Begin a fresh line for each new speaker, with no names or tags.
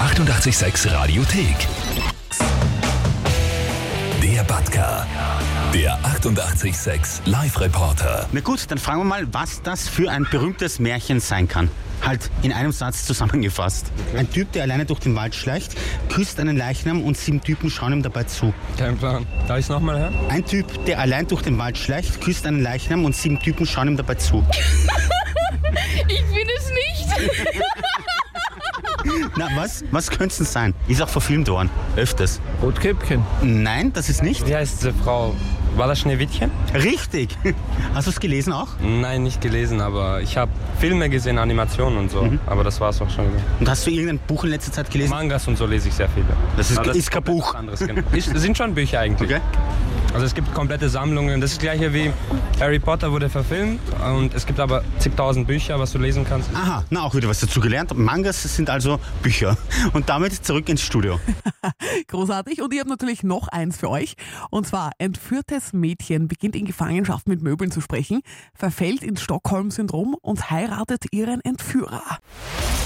886 Radiothek. Der Batka. Der 886 Live-Reporter.
Na gut, dann fragen wir mal, was das für ein berühmtes Märchen sein kann. Halt in einem Satz zusammengefasst. Ein Typ, der alleine durch den Wald schleicht, küsst einen Leichnam und sieben Typen schauen ihm dabei zu.
Kein Plan. Darf ich es nochmal hören?
Ein Typ, der allein durch den Wald schleicht, küsst einen Leichnam und sieben Typen schauen ihm dabei zu.
Ich bin es nicht.
Na, was? Was könnte es sein? Ist auch verfilmt worden. Öfters.
Rotkäppchen.
Nein, das ist nicht.
Wie heißt diese Frau? War das Schneewittchen?
Richtig. Hast du es gelesen auch?
Nein, nicht gelesen, aber ich habe Filme gesehen, Animationen und so.
Mhm.
Aber das war es auch schon. wieder.
Und hast du irgendein Buch in letzter Zeit gelesen?
Mangas und so lese ich sehr viele.
Das ist-
Aber
ist kein
komplett
Buch.
was Anderes, genau. ist, sind schon Bücher eigentlich.
Okay.
Also es gibt komplette Sammlungen. Das ist das gleiche wie Harry Potter wurde verfilmt und es gibt aber zigtausend Bücher, was du lesen kannst.
Aha, na auch wieder was dazu gelernt. Mangas sind also Bücher. Und damit zurück ins Studio.
Großartig. Und ich habe natürlich noch eins für euch. Und zwar, entführtes Mädchen beginnt in Gefangenschaft mit Möbeln zu sprechen, verfällt ins Stockholm-Syndrom und heiratet ihren Entführer.